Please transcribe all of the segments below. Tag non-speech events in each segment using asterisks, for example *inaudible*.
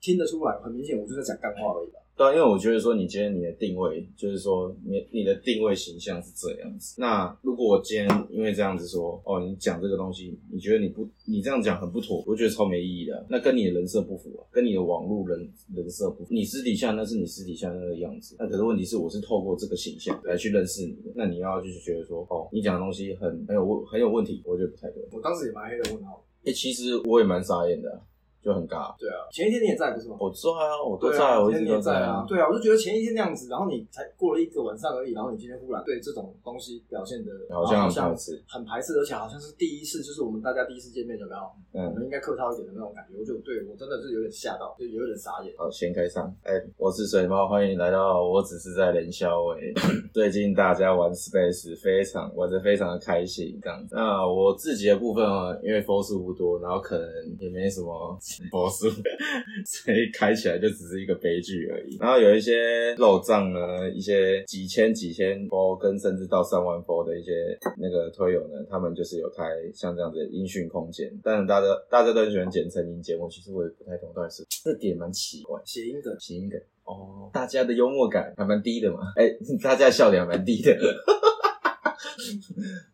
听得出来，很明显我就在讲干话而已吧。对啊，因为我觉得说，你今天你的定位就是说你，你的定位形象是这样子。那如果我今天因为这样子说，哦，你讲这个东西，你觉得你不，你这样讲很不妥，我觉得超没意义的啊、那跟你的人设不符啊，跟你的网络人人设不符。你私底下那是你私底下那个样子，那可是问题是，我是透过这个形象来去认识你的。那你要就是觉得说，哦，你讲的东西很很有问很有问题，我觉得不太对。我当时也蛮黑人问号。诶、其实我也蛮傻眼的啊、就很尬。对啊，前一天你也在不是吗？我在啊，我都对在啊，啊，我一前直一都天在啊。对啊，我就觉得前一天那样子，然后你才过了一个晚上而已，然后你今天忽然对这种东西表现的好像好很排像斥，很排斥，而且好像是第一次，就是我们大家第一次见面，有没有？我嗯。们应该客套一点的那种感觉。我就对我真的是有点吓到，就有点傻眼。好，先开上。哎、我是水猫，欢迎来到我只是在连宵尾。 *clears throat* 最近大家玩 Space 非常玩的非常的开心，这样子。那我自己的部分啊，因为佛数不多，然后可能也没什么佛数， *laughs* 所以开起来就只是一个悲剧而已。然后有一些漏账呢，一些几千几千波跟甚至到三万波的一些那个推友呢，他们就是有开像这样子的音讯空间，但是大家大家都很喜欢简称音节目，其实我也不太懂到底是这点蛮奇怪。谐音梗，谐音梗哦，大家的幽默感还蛮低的嘛，哎、大家笑点还蛮低的，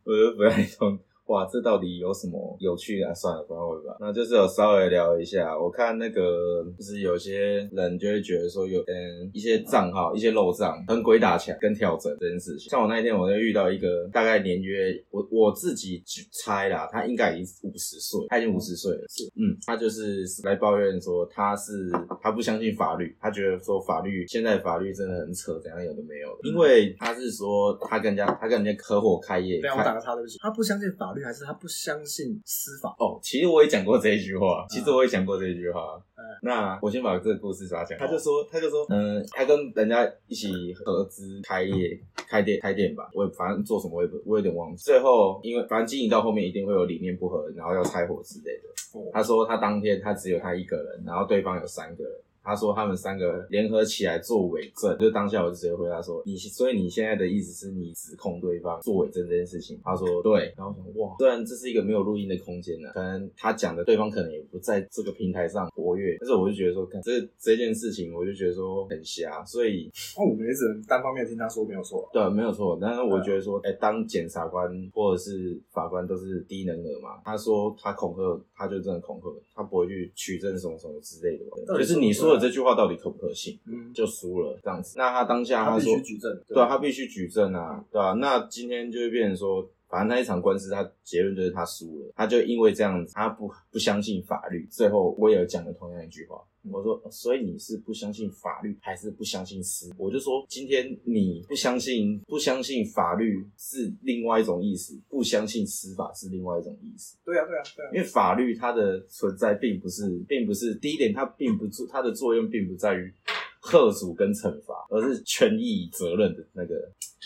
我就不太懂。哇，这到底有什么有趣的、啊？算了，不要问吧。那就是有稍微聊一下，我看那个就是有些人就会觉得说有嗯一些账号、一些漏账跟鬼打墙、跟跳针这件事情。像我那一天，我就遇到一个大概年约我我自己猜啦，他应该已经五十岁，他已经五十岁了，嗯，他就是来抱怨说他是他不相信法律，他觉得说法律现在法律真的很扯，怎样有的没有的。因为他是说他跟人家他跟人家合伙开业，对啊，我开打个岔，对不起。他不相信法律，还是他不相信司法？哦，其实我也讲过这一句话，其实我也讲过这一句话。嗯那我先把这个故事把它讲完。他就说，他就说，嗯，他跟人家一起合资开业、开店、开店吧，我也反正做什么我也不，我有点忘记。最后，因为反正经营到后面一定会有理念不合，然后要拆伙之类的。哦他说他当天他只有他一个人，然后对方有三个人。他说他们三个联合起来做伪证，就当下我就直接回答说：“你所以你现在的意思是你指控对方做伪证这件事情？”他说：“对。”然后我想哇，虽然这是一个没有录音的空间呢、啊可能他讲的对方可能也不在这个平台上活跃，但是我就觉得说，看这这件事情，我就觉得说很瞎，所以那哦我们也只能单方面听他说没有错。对，没有错。但是我啊觉得说，哎、当检察官或者是法官都是低能儿嘛。他说他恐吓，他就真的恐吓，他不会去取证什么什么之类的吧。到底就是是不你是说的啊这句话到底可不可信，嗯，就输了这样子。那他当下他必说须，举证。对啊，他必须举证啊，对啊。那今天就会变成说。反正那一场官司，他结论就是他输了，他就因为这样子，他不不相信法律。最后我也有讲了同样一句话，我说，所以你是不相信法律，还是不相信司？我就说，今天你不相信，不相信法律是另外一种意思，不相信司法是另外一种意思。对啊，对啊，对啊。因为法律它的存在并不是，并不是第一点，它并不做它的作用并不在于贺阻跟惩罚，而是权益与责任的那个。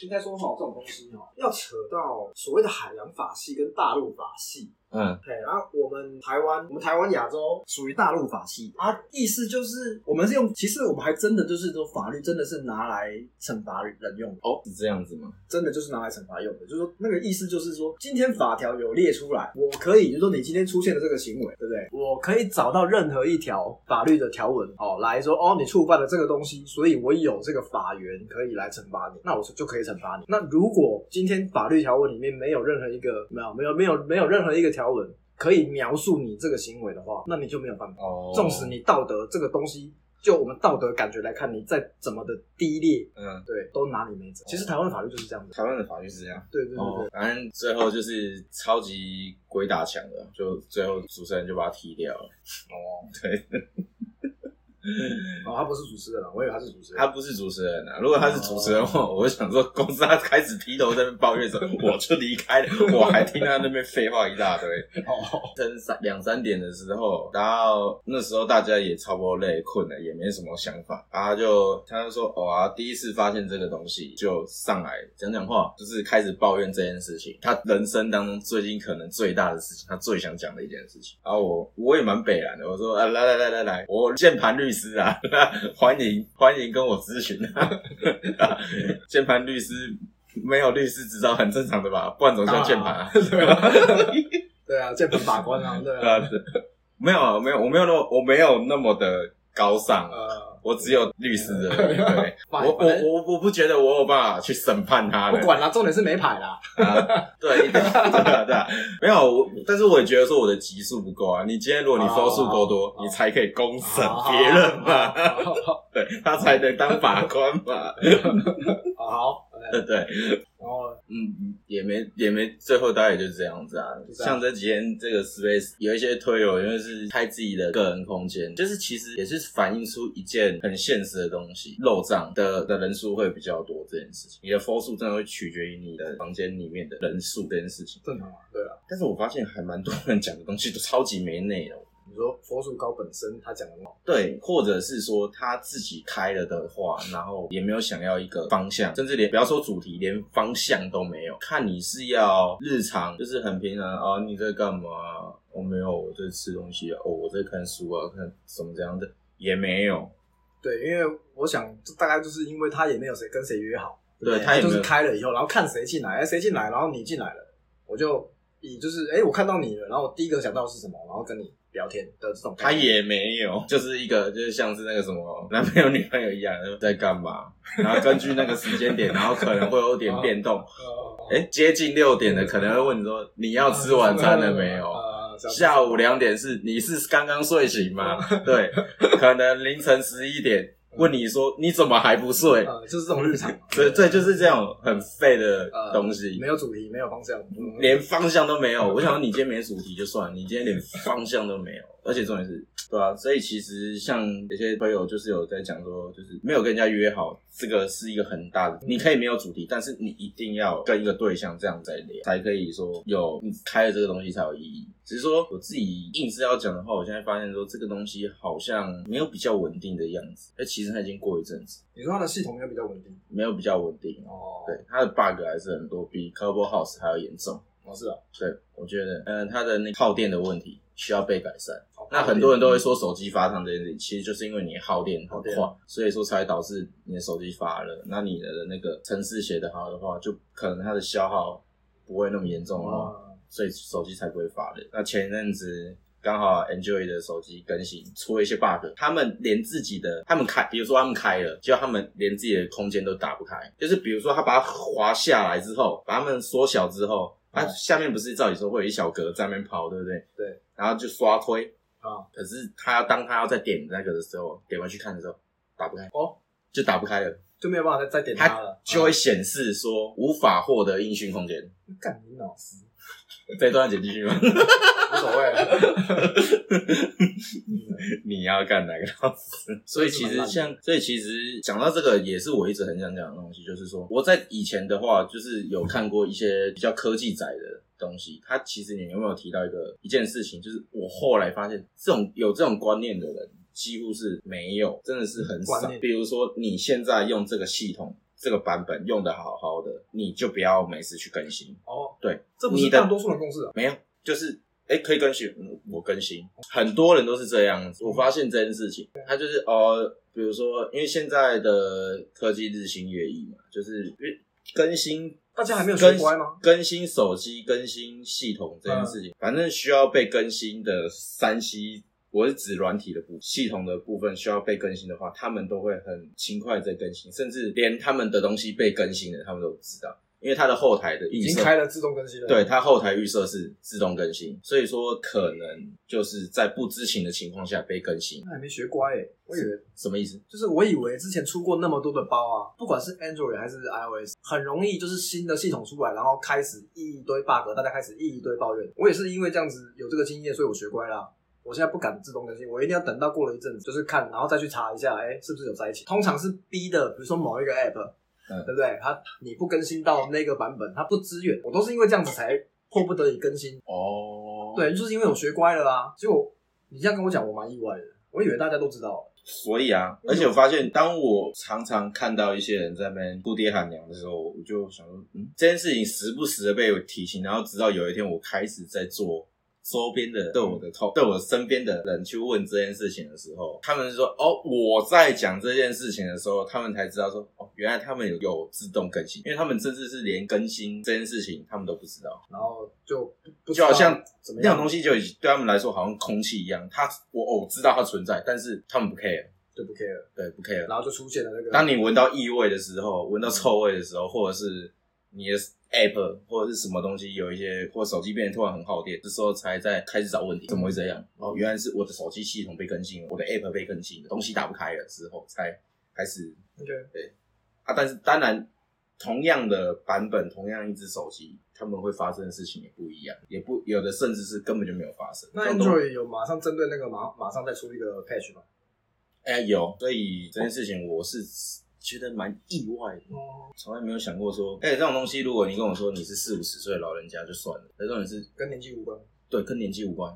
应该说哈，这种东西哈，要扯到所谓的海洋法系跟大陆法系。嗯，对，然后我们台湾，我们台湾亚洲属于大陆法系啊，意思就是我们是用，其实我们还真的就是说法律真的是拿来惩罚人用的，哦，是这样子吗？真的就是拿来惩罚用的，就是说那个意思就是说，今天法条有列出来，我可以，就是说你今天出现的这个行为，对不对？我可以找到任何一条法律的条文哦，来说哦，你触犯了这个东西，所以我有这个法源可以来惩罚你，那我就可以惩罚你。那如果今天法律条文里面没有任何一个没有没有没有没有任何一个条文可以描述你这个行为的话，那你就没有办法。哦纵使你道德这个东西，就我们道德感觉来看，你再怎么的低劣，嗯，对，都拿你没辙。其实台湾的法律就是这样子。台湾的法律是这样。对对对对，哦，反正最后就是超级鬼打墙的，就最后主持人就把他踢掉了。哦，对，哦，他不是主持人啊，我以为他是主持人。他不是主持人啊。如果他是主持人，哦我我就想说，公司他开始劈头在那边 *laughs* 抱怨说，我就离开了，我还听他那边废话一大堆。哦，等三两三点的时候，然后那时候大家也差不多累困了，也没什么想法，然后他就他就说哦啊，第一次发现这个东西就上来讲讲话，就是开始抱怨这件事情，他人生当中最近可能最大的事情，他最想讲的一件事情。然后我我也蛮北然的，我说啊来来来来来，我键盘律师啊， *laughs* 欢迎欢迎跟我咨询啊， *laughs* 键盘律师。没有律师执照很正常的吧，不然怎么叫键盘啊？ *laughs* 对啊，对啊，键盘法官啊，对啊，啊呃，没有没有，我没有那么我没有那么的高尚，呃，我只有律师 *laughs* 而已。对反我反正我我我不觉得我有办法去审判他不的。管啦，重点是没牌啦。啊， *laughs* 对，对啊对啊对啊，没有我，但是我也觉得说我的级数不够啊。你今天如果你分数够多，哦你才可以公审好别人嘛，好好好对 *laughs* 他才能当法官嘛，好好，对对。然后嗯，也没也没，最后大概也就这样子啊。就这样像这几天这个 Space 有一些推友，因为是开自己的个人空间，就是其实也是反映出一件很现实的东西，漏账的的人数会比较多这件事情。你的 f o 数真的会取决于你的房间里面的人数这件事情。正常嘛，对啊。但是我发现还蛮多人讲的东西都超级没内容。你说佛祖高本身他讲的话，对，或者是说他自己开了的话，然后也没有想要一个方向，甚至连不要说主题，连方向都没有。看你是要日常，就是很平常啊，你在干嘛？我、没有，我在吃东西啊，哦，我在看书啊，看什么这样的也没有。对，因为我想这大概就是因为他也没有谁跟谁约好，不对他也没就有是开了以后，然后看谁进来，哎，谁进来，然后你进来了，我就以就是哎、我看到你了，然后我第一个想到的是什么，然后跟你聊天的这种他概念，也没有，就是一个就是像是那个什么男朋友女朋友一样，在干嘛？然后根据那个时间点，然后可能会有点变动。哎、接近六点的可能会问你说你要吃晚餐了没有？呃下午两点是你是刚刚睡醒吗？ *laughs* 对，可能凌晨十一点问你说你怎么还不睡？呃，就是这种日常嘛，呃这这就是这种很废的东西嗯没，有主题，没有方向，嗯连方向都没有。我想说你今天没主题就算了，你今天连方向都没有，而且重点是，对啊，所以其实像有些朋友就是有在讲说，就是没有跟人家约好，这个是一个很大的，你可以没有主题，但是你一定要跟一个对象这样在聊，才可以说有你开了这个东西才有意义。只是说我自己硬是要讲的话，我现在发现说这个东西好像没有比较稳定的样子，哎，其实它已经过一阵子，你说他的系统应该比较稳定没有比较稳定。哦，对，它的 bug 还是很多，比 c o b o House 还要严重。哦是啊，对，我觉得，嗯、它的那个耗电的问题需要被改善。好那很多人都会说手机发烫这件事情，其实就是因为你嗯耗电很快耗电，所以说才导致你的手机发热。那你的那个程式写得好的话，就可能它的消耗不会那么严重哦，哇所以手机才不会发热。那前一阵子。刚好 Enjoy 的手机更新出了一些 bug，他们连自己的，他们开，比如说他们开了，结果他们连自己的空间都打不开。就是比如说他把它滑下来之后，把它们缩小之后，它嗯下面不是照理说会有一小格在那边跑，对不对？对。然后就刷推，啊，可是他当他要再点那个的时候，点回去看的时候，打不开哦，就打不开了，就没有办法再再点他它了，就会显示说无法获得音讯空间。啊干你老师，这一段要剪进去吗？无所谓。嗯你要干哪个老师？ *laughs* 所以其实像，所以其实讲到这个，也是我一直很想讲的东西，就是说我在以前的话，就是有看过一些比较科技宅的东西，它其实你有没有提到一个一件事情，就是我后来发现，这种有这种观念的人几乎是没有，真的是很观少念。比如说你现在用这个系统。这个版本用的好好的，你就不要每次去更新。哦， *laughs* 对，这不是你的大多数人共识啊。没有，就是哎、诶可以更新，嗯我更新。很多人都是这样子，我发现这件事情，他就是哦，比如说，因为现在的科技日新月异嘛，就是因为更新。大家还没有学更乖吗？嗯更新手机、更新系统这件事情，反正需要被更新的三 C，我是指软体的部系统的部分需要被更新的话，他们都会很勤快地在更新，甚至连他们的东西被更新了，他们都知道，因为它的后台的已预经设开了自动更新了。对，它后台预设是自动更新，所以说可能就是在不知情的情况下被更新，那还没学乖诶、我以为什么意思？就是我以为之前出过那么多的包啊，不管是 Android 还是 iOS，很容易就是新的系统出来，然后开始一堆 bug，大家开始一堆抱怨。我也是因为这样子有这个经验，所以我学乖啦。我现在不敢自动更新，我一定要等到过了一阵子，就是看，然后再去查一下，哎、是不是有在一起？通常是逼的，比如说某一个 app，、嗯对不对？它你不更新到那个版本，它不支援，我都是因为这样子才迫不得已更新哦，对，就是因为我学乖了啊。结果你这样跟我讲，我蛮意外的。我以为大家都知道了，所以啊，嗯而且我发现，当我常常看到一些人在那边哭爹喊娘的时候，我就想说，嗯，这件事情时不时的被我提醒，然后直到有一天我开始在做。周边的对我的同对我身边的人去问这件事情的时候，他们说哦，我在讲这件事情的时候，他们才知道说哦，原来他们有有自动更新，因为他们甚至是连更新这件事情他们都不知道。然后就不就好像怎么那种样东西就已经对他们来说好像空气一样，他我我知道它存在，但是他们不 care，就不 care，对，不 care。然后就出现了那个当你闻到异味的时候，闻到臭味的时候，或者是你的 app 或者是什么东西有一些，或手机变得突然很耗电，这时候才在开始找问题，怎么会这样？哦，原来是我的手机系统被更新了，我的 app 被更新了，东西打不开了之后才开始 OK 啊。但是当然，同样的版本，同样一只手机，他们会发生的事情也不一样，也不有的甚至是根本就没有发生。那这种东 Android 有马上针对那个马马上再出一个 patch 吗？哎、有，所以这件事情我是觉得蛮意外的。哦，从来没有想过说，哎、这种东西，如果你跟我说你是四五十岁的老人家就算了，但重点是跟年纪无关。对跟年纪无关，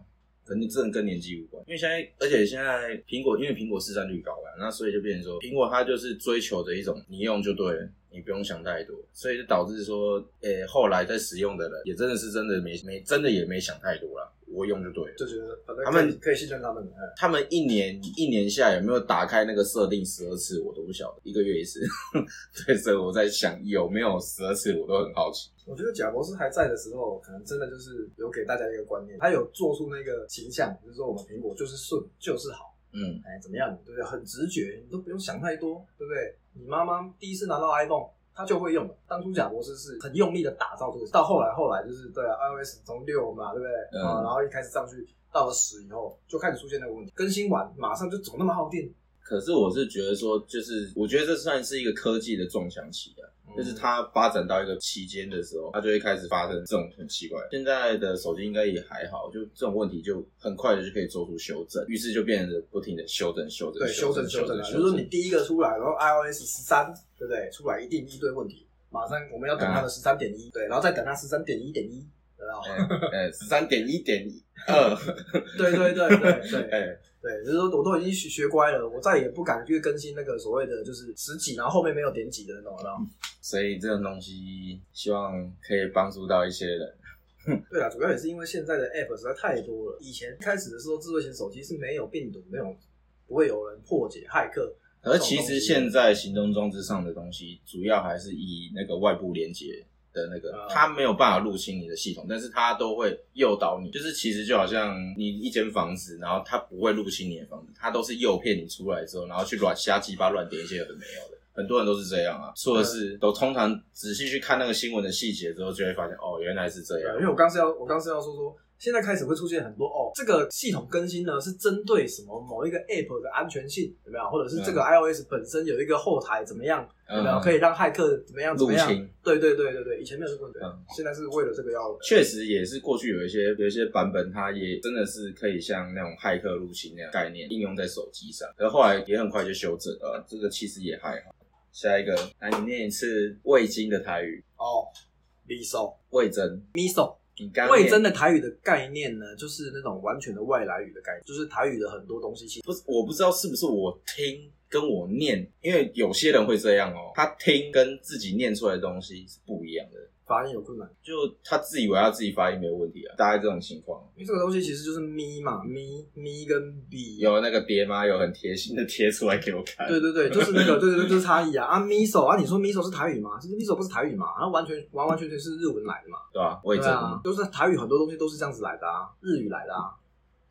肯定真的跟年纪无关。因为现在，而且现在苹果因为苹果市占率高了，那所以就变成说，苹果它就是追求着一种你用就对了。你不用想太多，所以就导致说，诶、后来在使用的人也真的是真的没没真的也没想太多啦，我用就对了。就觉得反正他们可以信任他们，哎他们一年一年下来有没有打开那个设定十二次，我都不晓得，一个月一次。 *laughs* 对，所以我在想有没有十二次，我都很好奇。我觉得贾博士还在的时候，可能真的就是有给大家一个观念，他有做出那个形象，就是说我们苹果就是顺就是好，嗯，哎，怎么样，对不对？很直觉，你都不用想太多，对不对？你妈妈第一次拿到 iPhone。她就会用了。当初贾博士是很用力的打造这个，到后来后来就是对啊，iOS 从六嘛，对不对？嗯啊，然后一开始上去到了十以后，就开始出现那个问题，更新完马上就怎么那么耗电？可是我是觉得说，就是我觉得这算是一个科技的撞墙期啊，嗯就是它发展到一个期间的时候，它就会开始发生这种很奇怪。现在的手机应该也还好，就这种问题就很快的就可以做出修正，于是就变得不停的修正、修正、对，修正修修正啊，修就是说你第一个出来，然后 iOS 十三，对不对？出来一定一堆问题，马上我们要等它的十三点一，对，然后再等它十三点一点一，对 *laughs* 吧？哎，三点一 *laughs* 点二，对对对对对哎，对，就是说我都已经学学乖了，我再也不敢去更新那个所谓的就是十几，然后后面没有点几的那种，然后所以这种东西希望可以帮助到一些人。对啦，主要也是因为现在的 App 实在太多了，以前开始的时候，智慧型手机是没有病毒，没有不会有人破解骇客，而其实现在行动装置上的东西，主要还是以那个外部连接的那个啊，它没有办法入侵你的系统，但是它都会诱导你。就是其实就好像你一间房子，然后它不会入侵你的房子，它都是诱骗你出来之后，然后去乱瞎鸡巴乱点一些有的没有的。很多人都是这样啊，说的嗯是都通常仔细去看那个新闻的细节之后，就会发现哦，原来是这对啊，样因。为我刚是要，我刚是要说说，现在开始会出现很多哦，这个系统更新呢是针对什么某一个 App 的安全性有没有，或者是这个 iOS 本身有一个后台怎么样，有没有嗯，可以让骇客怎么样怎入么样？侵。对对对对对，以前没有这个问题，嗯现在是为了这个要确实也是过去有一些有一些版本，它也真的是可以像那种骇客入侵那样概念应用在手机上，可是后来也很快就修正了，这个其实也还好。下一个，来你念一次味精的台语，哦，miso 味增， miso 你刚味增的的台语的概念呢，就是那种完全的外来语的概念，就是台语的很多东西其实不是，我不知道是不是我听跟我念，因为有些人会这样哦，他听跟自己念出来的东西是不一样的，发音有困难，就他自以为他自己发音没有问题啊，大概这种情况。因为这个东西其实就是咪嘛，咪咪跟比有那个爹妈有很贴心的贴出来给我看，对对对，就是那个，对对对，就是差异啊啊，miso 啊，你说 miso 是台语吗？其实 miso 不是台语嘛，然后完全完完全全是日文来的嘛，对吧、味对增、啊，就是台语很多东西都是这样子来的啊，日语来的啊，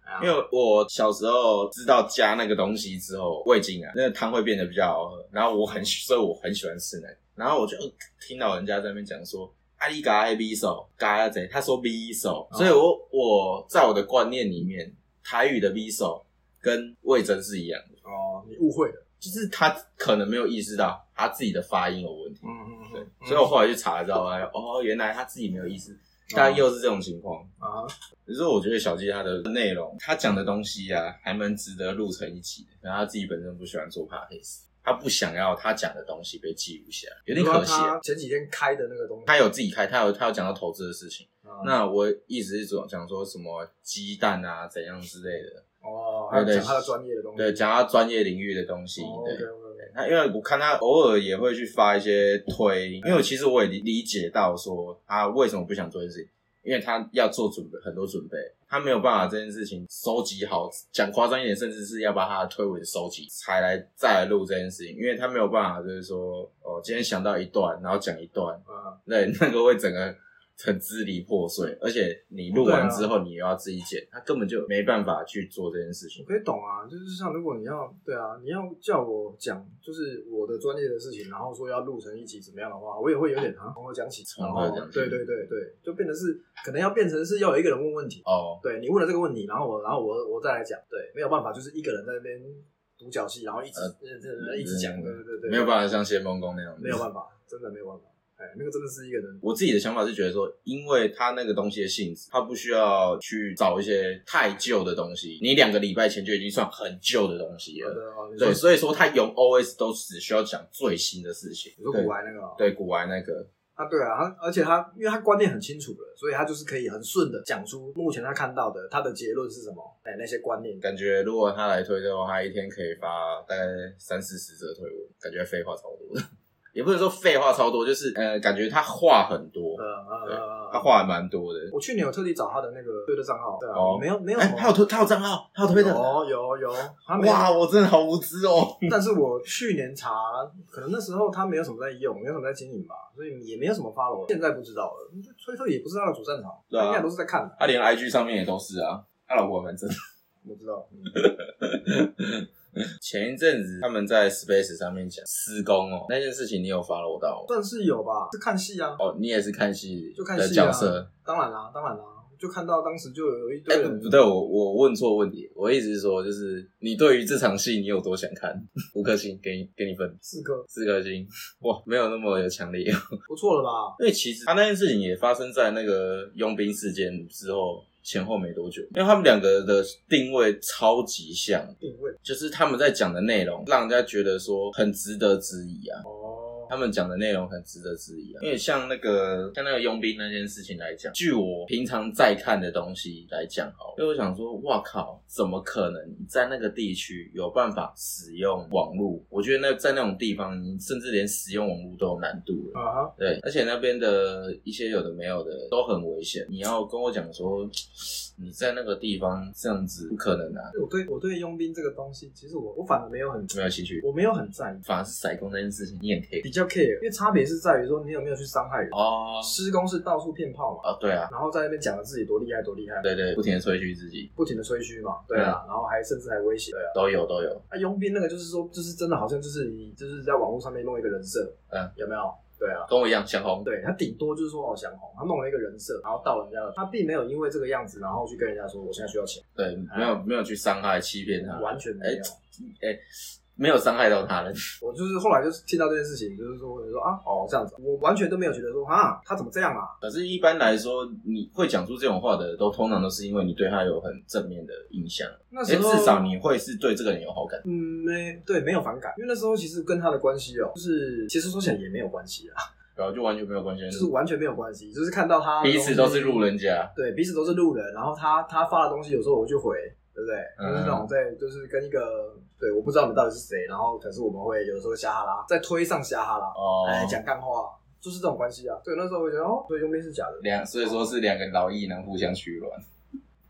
哎呀因为我小时候知道加那个东西之后，味精啊，那个汤会变得比较好喝。然后我很喜，所以我很喜欢吃奶。然后我就、呃听到人家在那边讲说，啊阿里嘎黑匕手，嘎呀贼，他说匕手，所以我我在我的观念里面，台语的匕手跟味增是一样的，哦，你误会了，就是他可能没有意识到他自己的发音有问题。嗯嗯对，所以我后来去查之后，发现哦，原来他自己没有意识，大概又是这种情况。啊，可是我觉得小鸡它的内容，它讲的东西啊，还蛮值得录成一集的。然后他自己本身不喜欢做 podcast，他不想要他讲的东西被记录下来，有点可惜、你说啊他。前几天开的那个东西，他有自己开，他有他有讲到投资的事情。啊那我一直是讲讲说什么鸡蛋啊怎样之类的，哦，还有对对讲他的专业的东西，哦对，讲他专业领域的东西。对， ，OK OK，那因为我看他偶尔也会去发一些推，因为我其实我也理理解到说他为什么不想做这件事情，因为他要做准备很多准备，他没有办法这件事情收集好，讲夸张一点，甚至是要把他的推文收集才来再来录这件事情，因为他没有办法就是说，哦，今天想到一段，然后讲一段，啊，对，那个会整个很支离破碎，而且你录完对啊之后，你又要自己剪，他根本就没办法去做这件事我情。可以懂啊，就是像如果你要对啊，你要叫我讲就是我的专业的事情，然后说要录成一集怎么样的话，我也会有点啊，从头讲起，从然头后讲起对对对对，就变成是可能要变成是要有一个人问问题，哦，对你问了这个问题，然后我然后我我再来讲，对，没有办法，就是一个人在那边独角戏，然后一直、呃、一直讲，嗯对对对对，没有办法像谢梦工那样子，没有办法，真的没有办法，哎，那个真的是一个人，我自己的想法是觉得说，因为它那个东西的性质，它不需要去找一些太旧的东西。你两个礼拜前就已经算很旧的东西了，的哦，你说对，所以说它永 always 都只需要讲最新的事情。你说古玩那个、哦，对对古玩那个，啊，对啊，他而且他因为他观念很清楚了，所以他就是可以很顺的讲出目前他看到的他的结论是什么，哎，那些观念。感觉如果他来推的话，他一天可以发大概三四十则推文，感觉废话超多的， *laughs* 也不能说废话超多，就是呃，感觉他话很多呃，对呃他呃，话蛮多的。我去年有特地找他的那个推的账号，对啊，哦没有没有哎、什么，他有推，他有账号，他有推的，有哦有有，他没有哇，我真的好无知哦。但是我去年查，可能那时候他没有什么在用，没有什么在经营吧，所以也没有什么 follow。现在不知道了，就推特也不是他的主战场，对啊他应该都是在看的。他连 IG 上面也都是啊，他老婆还蛮正。我知道，嗯前一阵子他们在 Space 上面讲施工 *laughs* 哦，那件事情你有 follow 到吗？算是有吧，是看戏啊，哦，你也是看戏就看的戏啊角色。当然啦、当然啦、就看到当时就有一哎、堆人，不不对，我我问错问题，我一直说就是你对于这场戏你有多想看？ *laughs* 五颗星给你给你分四个四颗星，哇，没有那么有强烈。 *laughs* 不错了吧？因为其实他啊那件事情也发生在那个佣兵事件之后前后没多久，因为他们两个的定位超级像，定位就是他们在讲的内容让人家觉得说很值得质疑啊。哦，他们讲的内容很值得质疑啊，因为像那个像那个佣兵那件事情来讲，据我平常在看的东西来讲，好了，因为我想说，哇靠，怎么可能你在那个地区有办法使用网络？我觉得那在那种地方，你甚至连使用网络都有难度了。啊哈，对，而且那边的一些有的没有的都很危险。你要跟我讲说，你在那个地方这样子不可能啊，我对我对佣兵这个东西，其实我我反而没有很，没有兴趣。我没有很在意，反而是甩工那件事情，你也可以比较 care，因为差别是在于说你有没有去伤害人。哦施工是到处骗炮嘛，哦，对啊，然后在那边讲了自己多厉害多厉害，对对，不停的吹嘘自己，不停的吹嘘嘛，对啊，然后还甚至还威胁，对啊。都有都有。那佣兵那个就是说，就是真的好像就是你就是在网络上面弄一个人设，嗯，有没有？对啊，跟我一样想红。对他顶多就是说哦想红，他弄了一个人设，然后到人家的，他并没有因为这个样子，然后去跟人家说我现在需要钱，对，没有没有去伤害、欺骗他，完全没有。哎、没有伤害到他人。我就是后来就是听到这件事情，就是说我就说啊哦这样子，我完全都没有觉得说啊他怎么这样啊，可是，一般来说，你会讲出这种话的，都通常都是因为你对他有很正面的印象，那哎、时候、至少你会是对这个人有好感。嗯没对没有反感，因为那时候其实跟他的关系哦，就是其实说起来也没有关系啊，然后就完全没有关系，就是完全没有关系，就是看到他彼此都是人。路人甲。对，彼此都是路人，然后他他发的东西有时候我就回，对不对？嗯就是那种在就是跟一个对我不知道你到底是谁，然后可是我们会有时候瞎哈拉，再推上瞎哈拉，哦，哎、讲干话，就是这种关系啊。对，那时候我觉得哦，对，佣兵是假的，两，所以说是两个老艺能互相取暖。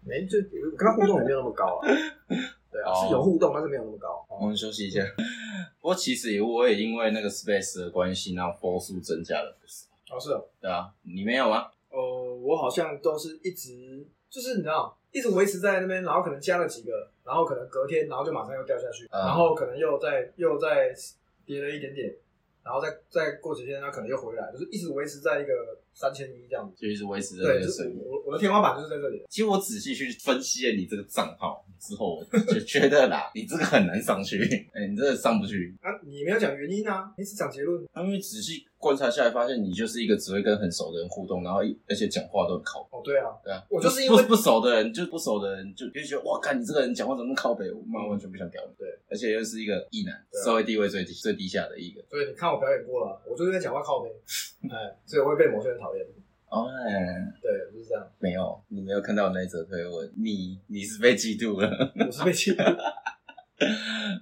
没、就哎跟他互动也没有那么高啊。对啊，哦是有互动，但是没有那么高。哦我们休息一下。 *laughs* 不过其实我也因为那个 Space 的关系，然后波数增加了不少。哦，是哦，对啊，你没有吗？呃，我好像都是一直就是你知道。一直维持在那边，然后可能加了几个，然后可能隔天，然后就马上又掉下去，嗯然后可能又再又再跌了一点点，然后再再过几天，它可能又回来，就是一直维持在一个三千一这样子。就一直维持着那对，个就水是平。我我的天花板就是在这里。其实我仔细去分析了你这个账号之后，我就觉得啦，你这个很难上去， *laughs* 哎、你真的上不去。啊，你没有讲原因啊，你只讲结论。因为仔细观察下来，发现你就是一个只会跟很熟的人互动，然后一而且讲话都很靠北。哦，对啊，对啊，我就是因不为不熟的人，就不熟的人就就觉得哇，看你这个人讲话怎么那么靠北，我妈完全不想屌你。对，而且又是一个异男，对啊社会地位最低最低下的一个。所以你看我表演过了，我就是在讲话靠背， *laughs* 哎，所以我会被某些人讨厌。哦、哎对，就是这样。没有，你没有看到我那一则推文，你你是被嫉妒了。我是被气的。 *laughs*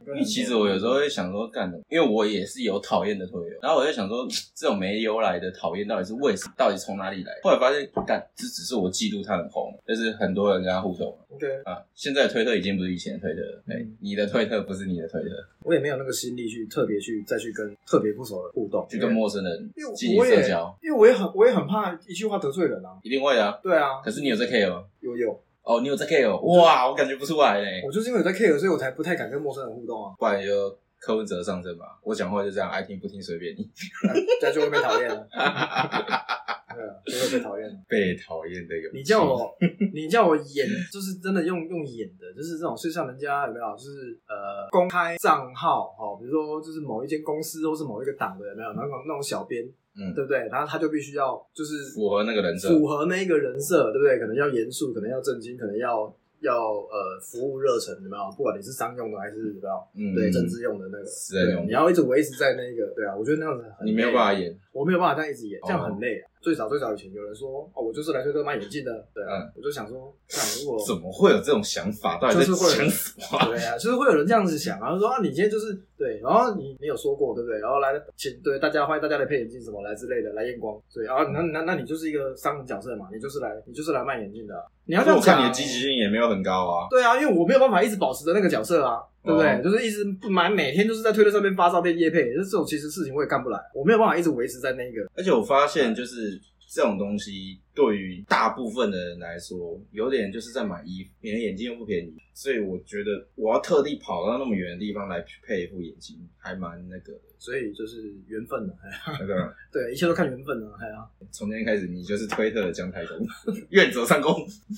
因为其实我有时候会想说，干的，因为我也是有讨厌的队友，然后我就想说，这种没由来的讨厌到底是为什么？到底从哪里来？后来发现，干，这只是我嫉妒他很红，就是很多人跟他互动嘛 OK，啊。现在的推特已经不是以前的推特了，嗯对，你的推特不是你的推特，我也没有那个心力去特别去再去跟特别不熟的互动，去跟陌生人因为进我行社也交，因为我也很我也很怕一句话得罪人啊。一定会的啊。对啊，可是你有在 care 吗？有有，哦，你有在 care？哦哇，我感觉不出来嘞。我就是因为有在 care，所以我才不太敢跟陌生人互动 *laughs* 啊，不然就柯文哲上身吧。我讲话就这样，爱听不听随便你。 *laughs* 这样就会被讨厌了。啊对啊，就会被讨厌了。被讨厌的有你叫我， *laughs* 你叫我演，就是真的用用演的，就是这种，就像人家有没有，就是呃公开账号哦，比如说就是某一间公司或是某一个党的有没有，那种那种小编，嗯对不对？然后他就必须要就是符合那个人设，符合那个人设，对不对？可能要严肃，可能要正经，可能要要呃服务热忱，有没有？不管你是商用的还是有没有嗯，对政治用的那个，私人对，用你，要一直维持在那个，对啊，我觉得那样子很你没有累办法演，我没有办法这样一直演哦，这样很累啊。最早最早以前有人说，哦，我就是来推特卖眼镜的，对啊，我就想说，看如果怎嗯么会有这种想法？到底在就是会想什么啊？对啊，就是会有人这样子想啊，就说啊，你今天就是对，然后你你有说过对不对？然后来请对大家欢迎大家来配眼镜什么来之类的来验光，所以啊，那那那你就是一个商人角色嘛，你就是来你就是来卖眼镜的啊、你要这可是样讲，*laughs* 我看你的积极性也没有很高啊。对啊，因为我没有办法一直保持着那个角色啊，对不对？哦就是一直不买，每天就是在推特上面发照片夜配，就是这种其实事情我也干不来，我没有办法一直维持在那个而且我发现就是。这种东西对于大部分的人来说，有点就是在买衣服，你的眼镜又不便宜，所以我觉得我要特地跑到那么远的地方来配一副眼镜，还蛮那个的。所以就是缘分了、哎那个对，一切都看缘分了、哎呀、从今天开始，你就是推特的姜太公， *laughs* 愿者上钩。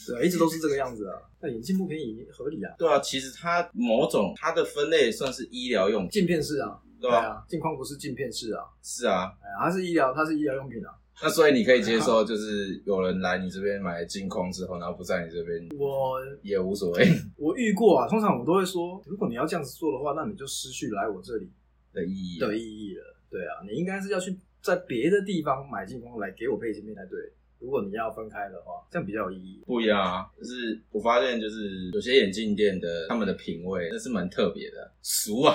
对啊，一直都是这个样子啊。那眼镜不便宜，合理啊，对啊，其实它某种它的分类算是医疗用品，镜片式啊，对吧、啊，镜框不是镜片式啊，是啊，哎呀，它是医疗，它是医疗用品啊。 *laughs* 那所以你可以接受，就是有人来你这边买金空之后，然后不在你这边我也无所谓我遇过啊，通常我都会说，如果你要这样子做的话，那你就失去来我这里的意义。啊的意义了。对啊，你应该是要去在别的地方买镜框来给我配镜片才对。如果你要分开的话，这样比较有意义。不一样啊，就是我发现，就是有些眼镜店的他们的品味那是蛮特别的，俗啊，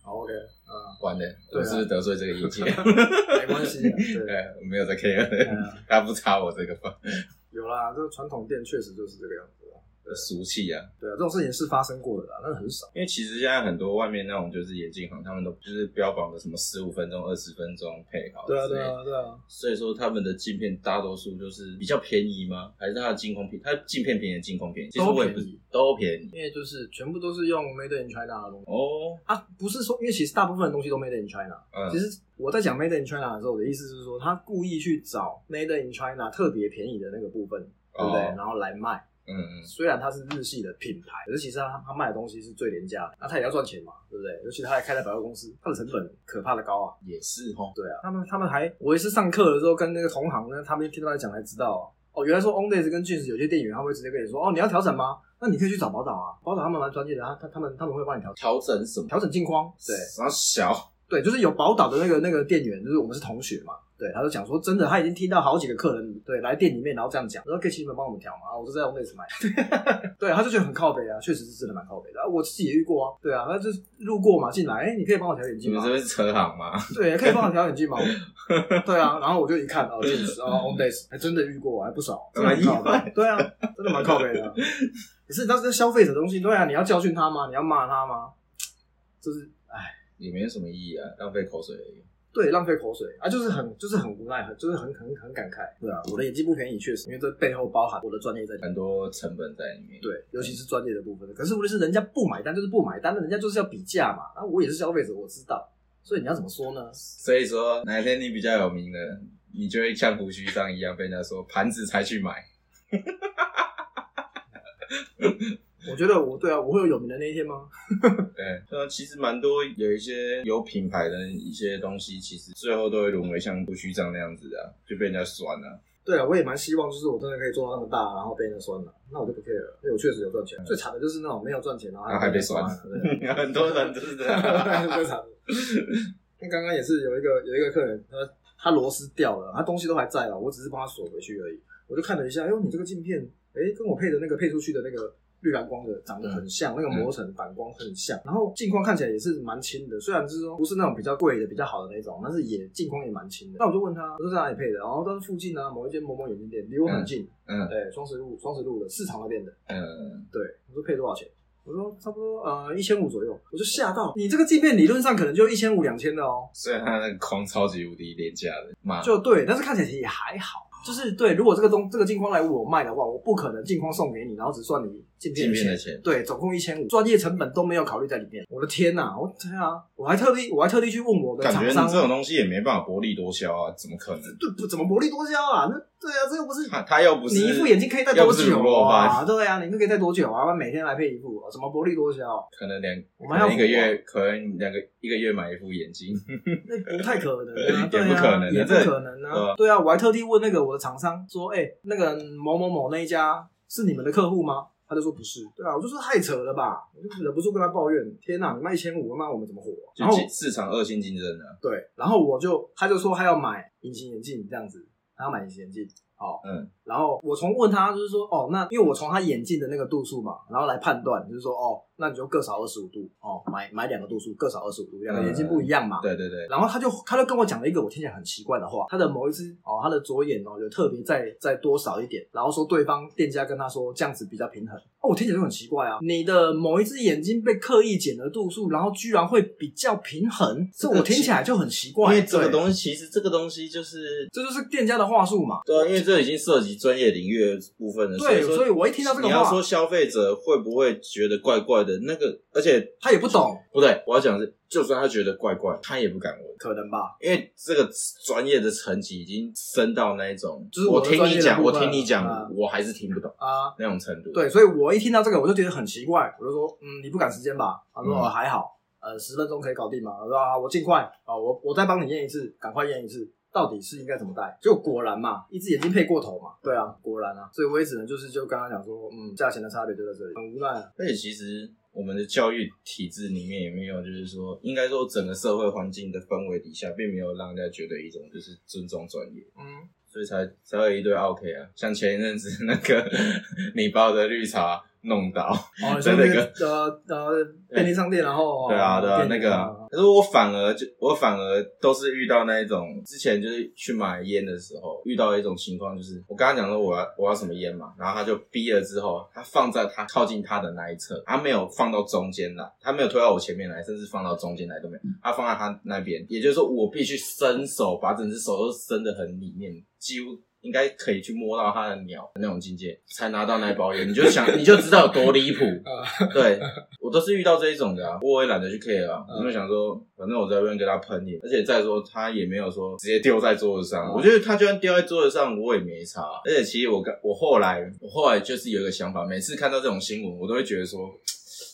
好，OK，啊，完了，对啊我是不是得罪这个 *laughs* 业界？没关系啊， *laughs* 对。对，我没有在 care，哎的呀他不差我这个分有啦，这个传统店确实就是这个样子啊。俗气啊。对啊，这种事情是发生过的啦，但是很少。因为其实现在很多外面那种就是眼镜行，他们都就是标榜的什么十五分钟、二十分钟配好之对类啊，对啊，的，对啊。所以说他们的镜片大多数就是比较便宜吗？还是它的镜框便宜？它的镜片便宜，镜框便宜，其实我也不都便宜都便宜因为就是全部都是用 Made in China 的东西哦。啊，不是说，因为其实大部分的东西都 Made in China。嗯其实我在讲 Made in China 的时候，我的意思是说，他故意去找 Made in China 特别便宜的那个部分，对不对？哦然后来卖。嗯嗯，虽然它是日系的品牌，可是其实它它卖的东西是最廉价的，那、它也要赚钱嘛，对不对？尤其它还开在百货公司，它的成本可怕的高啊。也是哦。对啊，他们他们还，我也是上课的时候跟那个同行呢，他们听到在讲才知道哦，哦，原来说 On Days 跟 j u n s 有些店员他会直接跟你说，哦，你要调整吗？那你可以去找宝岛啊，宝岛他们蛮专业的，他他他们他们会帮你调整调整什么？调整镜框，对然后小对，就是有宝岛的那个那个店员，就是我们是同学嘛。对，他就讲说，真的，他已经听到好几个客人对来店里面，然后这样讲，然后可以请你们帮我们调嘛，啊我就在 On Days 买， *laughs* 对，他就觉得很靠北啊，确实是真的蛮靠北的、啊，我自己也遇过啊，对啊，那就是路过嘛，进来，哎、你可以帮我调眼你镜们吗这？边是车行吗？ *laughs* *laughs* 对，可以帮我调眼镜吗？对啊，然后我就一看，哦，镜子，哦，on days，还真的遇过，还不少，真的蛮靠蛮意背。对啊，真的蛮靠背的啊。可是，但是消费者的东西，对啊，你要教训他吗？你要骂他吗？就是，哎，也没有什么意义啊，浪费口水而已。对，浪费口水啊，就是很，就是很无奈，很，就是很很很感慨。对啊，我的演技不便宜，确实，因为这背后包含我的专业在里面。很多成本在里面。，对，尤其是专业的部分。可是无论是人家不买单，就是不买单，那人家就是要比价嘛。那、我也是消费者，我知道，所以你要怎么说呢？所以说哪一天你比较有名了，你就会像胡须章一样被人家说盘子才去买。我觉得我对啊，我会有有名的那一天吗？对，那其实蛮多有一些有品牌的一些东西，其实最后都会沦为像胡须章那样子的、啊，就被人家酸了、啊。 *laughs* 对啊，我也蛮希望，就是我真的可以做到那么大，然后被人酸了，那我就不 care 了，因为我确实有赚钱。最惨的就是那种没有赚钱，然后然后还被酸酸，对，啊 *laughs* 很多人都是这样。最惨的。那刚刚也是有一个有一个客人，他他螺丝掉了，他东西都还在哦，我只是帮他锁回去而已。我就看了一下，哎呦，你这个镜片，哎，跟我配的那个配出去的那个绿蓝光的长得很像，嗯那个磨成反光很像，然后镜框看起来也是蛮轻的，虽然是说不是那种比较贵的、比较好的那种，但是也镜框也蛮轻的。那我就问他，我说在哪里配的？然后他说附近啊，某一间某某眼镜店，离我很近，嗯对，双十路双十路的市场那边的，嗯，对，我说配多少钱？我说差不多呃一千五左右，我就吓到，你这个镜片理论上可能就一千五两千的哦，虽然它那个框超级无敌廉价的，妈，就对，但是看起来其实也还好。就是对，如果这个东这个镜框来我卖的话，我不可能镜框送给你，然后只算你镜片镜的片钱的。钱，对，总共一千五，专业成本都没有考虑在里面。我的天呐、我对啊，我还特地我还特地去问我的感觉厂你商，这种东西也没办法薄利多销啊，怎么可能？对不怎么薄利多销啊？那对啊，这又不是他他又 *laughs* 不是你一副眼镜可以戴要多不是卤久肉啊？饭，对啊，你一副可以戴多久啊？每天来配一副，怎么薄利多销？啊可能两我可们要能一个月，可能两个一个月买一副眼镜，那不太可能啊，对 *laughs* 也不可啊，能也不这可能啊，对啊，我还特地问那个我的厂商说，哎、那个某某某那一家是你们的客户吗？他就说不是，对啊，我就说太扯了吧，我就忍不住跟他抱怨，天呐，你卖一千五，那我们怎么活、啊？然就后竞市场恶性竞争啊。对，然后我就他就说他要买隐形眼镜这样子，他要买隐形眼镜。哦，嗯，然后我从问他就是说，哦，那因为我从他眼镜的那个度数嘛，然后来判断，就是说，哦，那你就各少二十五度，哦，买买两个度数，各少二十五度，两个眼镜不一样嘛，对对对，然后他就他就跟我讲了一个我听起来很奇怪的话，他的某一只哦，他的左眼哦有特别再再多少一点，然后说对方店家跟他说这样子比较平衡。哦，我听起来就很奇怪啊，你的某一只眼睛被刻意减了度数，然后居然会比较平衡，这这个我听起来就很奇怪。因为这个对东西其实这个东西就是这就是店家的话术嘛。对啊，因为这已经涉及专业领域的部分了，对，以说所以我一听到这个你要话说，消费者会不会觉得怪怪的？那个，而且他也不懂，不对，我要讲的是，就算他觉得怪怪，他也不敢问，可能吧。因为这个专业的层级已经升到那一种，就是我我的听你专业的讲，部我分听你讲，啊我还是听不懂啊，那种程度。对，所以我一听到这个我就觉得很奇怪，我就说，嗯，你不赶时间吧？他说、嗯哦还好，呃，十分钟可以搞定嘛。我说啊，我尽快啊，我我再帮你验一次，赶快验一次，到底是应该怎么戴？就果然嘛，一只眼睛配过头嘛，对啊，果然啊，所以我也只能就是就刚刚讲说，嗯，价钱的差别就在这里，很无奈啊。而且其实我们的教育体制里面也没有，就是说，应该说整个社会环境的氛围底下，并没有让人家觉得一种就是尊重专业。嗯，所以才才会有一堆 OK 啊，像前一阵子那个 *laughs* 你把我的绿茶弄倒，哦，你说在那那个个呃呃便利商店，然后哦对啊，对啊，那个啊、可是我反而就我反而都是遇到那一种，之前就是去买烟的时候，遇到一种情况，就是我跟他讲说我要我要什么烟嘛，然后他就逼了之后，他放在他靠近他的那一侧，他没有放到中间来，他没有推到我前面来，甚至放到中间来都没有，他放在他那边，也就是说我必须伸手把整只手都伸得很里面，几乎。应该可以去摸到他的鸟那种境界，才拿到那一包烟，你就想 *laughs* 你就知道有多离谱。对，我都是遇到这一种的啊，我也懒得去 care 啊，嗯我就想说，反正我在外面跟他喷也，而且再说他也没有说直接丢在桌子上，嗯我觉得他就算丢在桌子上，我也没差。啊而且其实我刚我后来我后来就是有一个想法，每次看到这种新闻，我都会觉得说。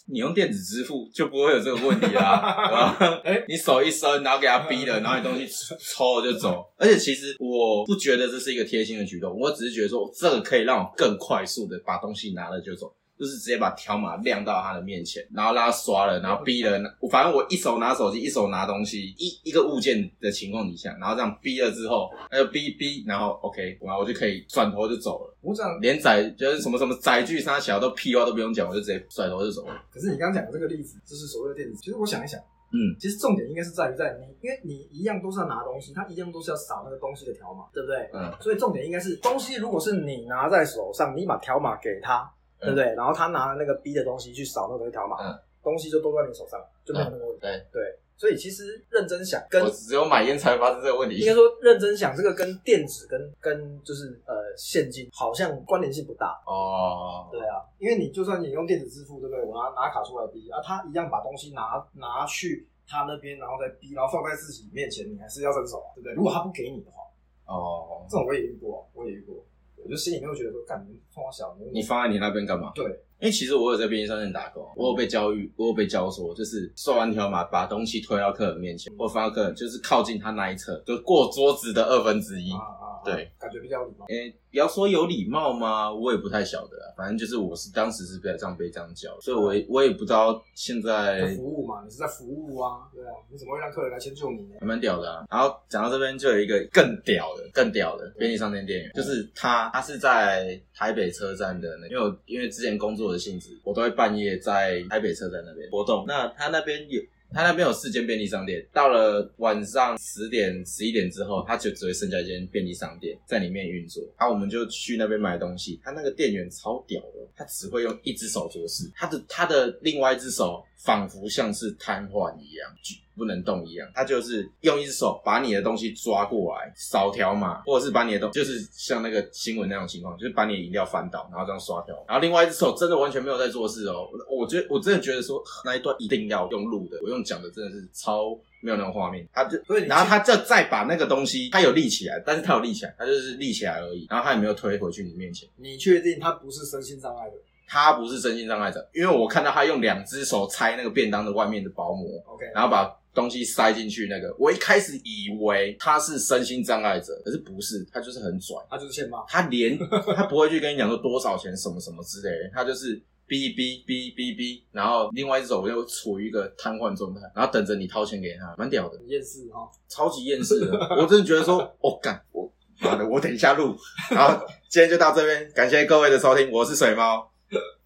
你用电子支付就不会有这个问题啦、对吧哎你手一伸，然后给他逼了，然后你东西抽了就走。而且其实我不觉得这是一个贴心的举动，我只是觉得说这个可以让我更快速的把东西拿了就走。就是直接把条码亮到他的面前，然后让他刷了，然后逼了，我反正我一手拿手机，一手拿东西，一一个物件的情况底下，然后这样逼了之后，他就逼逼，然后 OK，然后我就可以转头就走了，我讲，连载就是什么什么载具啥小都屁话都不用讲，我就直接甩头就走了。可是你刚刚讲的这个例子，就是所谓的电子，其实我想一想。嗯，其实重点应该是在于在你，因为你一样都是要拿东西，它一样都是要扫那个东西的条码，对不对？嗯。所以重点应该是东西，如果是你拿在手上，你把条码给他，嗯对不对？然后他拿了那个 B 的东西去扫那个条码，嗯东西就都在你手上，就没有那个问题。嗯对，所以其实认真想，跟我只有买烟才会发生这个问应该题。说认真想，这个跟电子跟跟就是呃现金好像关联性不大。哦，对啊，因为你就算你用电子支付，对不对？我拿拿卡出来逼啊，他一样把东西拿拿去他那边，然后再逼，然后放在自己面前，你还是要伸手啊，对不对？如果他不给你的话，哦，这种我也遇过，啊我也遇过，我就心里面会觉得说，干你冲我小，你放在你那边干嘛？对，嗯因为其实我有在便利商店打工，我有被教育，我有被教说，就是刷完条码把东西推到客人面前，或放到客人，就是靠近他那一侧，就过桌子的二分之一啊。啊，啊对，哎感觉比较有礼貌。诶、你要说有礼貌吗？我也不太晓得啊啦，反正就是我是当时是被这样被这样教，所以我也我也不知道现就在服务嘛，你是在服务啊，对啊，你怎么会让客人来迁就你呢？还蛮屌的啊。然后讲到这边就有一个更屌的、更屌的便利商店店员，就是他，他是在台北车站的那个，因为我因为之前工作作的性质，我都会半夜在台北车站那边活动。那他那边有。他那边有四间便利商店，到了晚上十点、十一点之后，他就只会剩下一间便利商店在里面运作。然、啊、后我们就去那边买东西，他那个店员超屌的，他只会用一只手做事，他的他的另外一只手仿佛像是瘫痪一样，举不能动一样。他就是用一只手把你的东西抓过来，扫条码，或者是把你的东，就是像那个新闻那种情况，就是把你的饮料翻倒，然后这样刷条。然后另外一只手真的完全没有在做事哦，我我觉得我真的觉得说那一段一定要用录的，我用讲的真的是超。没有那种画面，他就所以你然后他就再把那个东西，他有立起来，但是他有立起来，他就是立起来而已，然后他也没有推回去你面前。你确定他不是身心障碍的他不是身心障碍者，因为我看到他用两只手拆那个便当的外面的薄膜， ？OK，然后把东西塞进去那个。我一开始以为他是身心障碍者，可是不是，他就是很拽，他就是欠骂。他连他不会去跟你讲说多少钱什么什么之类的，他就是。哔哔哔哔哔，然后另外一只手又处于一个瘫痪状态，然后等着你掏钱给他，蛮屌的。很厌世哈，超级厌世的。我真的觉得说，哦，干我妈的，我等一下录。然后今天就到这边，感谢各位的收听，我是水猫，